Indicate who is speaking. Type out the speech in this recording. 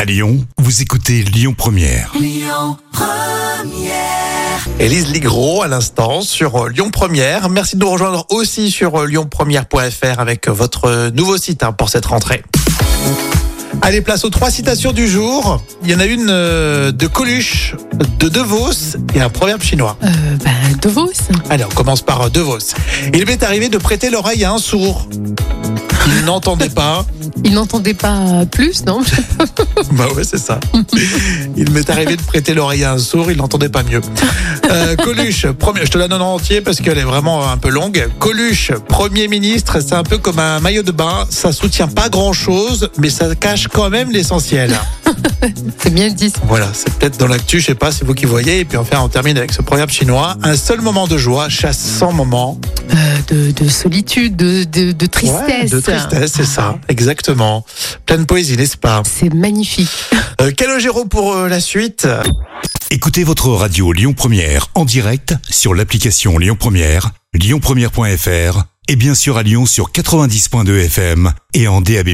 Speaker 1: À Lyon, vous écoutez Lyon Première.
Speaker 2: Élise Ligro à l'instant sur euh, Lyon Première. Merci de nous rejoindre aussi sur euh, lyonpremière.fr avec euh, votre euh, nouveau site hein, pour cette rentrée. Allez, place aux trois citations du jour. Il y en a une euh, de Coluche, de De Vos et un proverbe chinois.
Speaker 3: Euh, bah, De Vos.
Speaker 2: Allez, on commence par euh, De Vos. Il m'est arrivé de prêter l'oreille à un sourd. Il n'entendait pas.
Speaker 3: Il n'entendait pas plus, non
Speaker 2: Bah ouais, c'est ça. Il m'est arrivé de prêter l'oreille à un sourd, il n'entendait pas mieux. Euh, Coluche, premier, je te la donne en entier parce qu'elle est vraiment un peu longue. Coluche, premier ministre, c'est un peu comme un maillot de bain, ça soutient pas grand chose, mais ça cache quand même l'essentiel.
Speaker 3: C'est bien le 10.
Speaker 2: Voilà, c'est peut-être dans l'actu, je sais pas, c'est vous qui voyez. Et puis enfin, on termine avec ce proverbe chinois. Un seul moment de joie chasse 100 moments.
Speaker 3: Euh, de, de solitude, de, de- de
Speaker 2: Ouais,
Speaker 3: tristesse.
Speaker 2: de tristesse, c'est ça, exactement. Pleine poésie, n'est-ce pas
Speaker 3: C'est magnifique.
Speaker 2: euh, Calogero pour euh, la suite.
Speaker 1: Écoutez votre radio Lyon Première en direct sur l'application Lyon Première, lyonpremière.fr et bien sûr à Lyon sur 90.2 FM et en DAB+.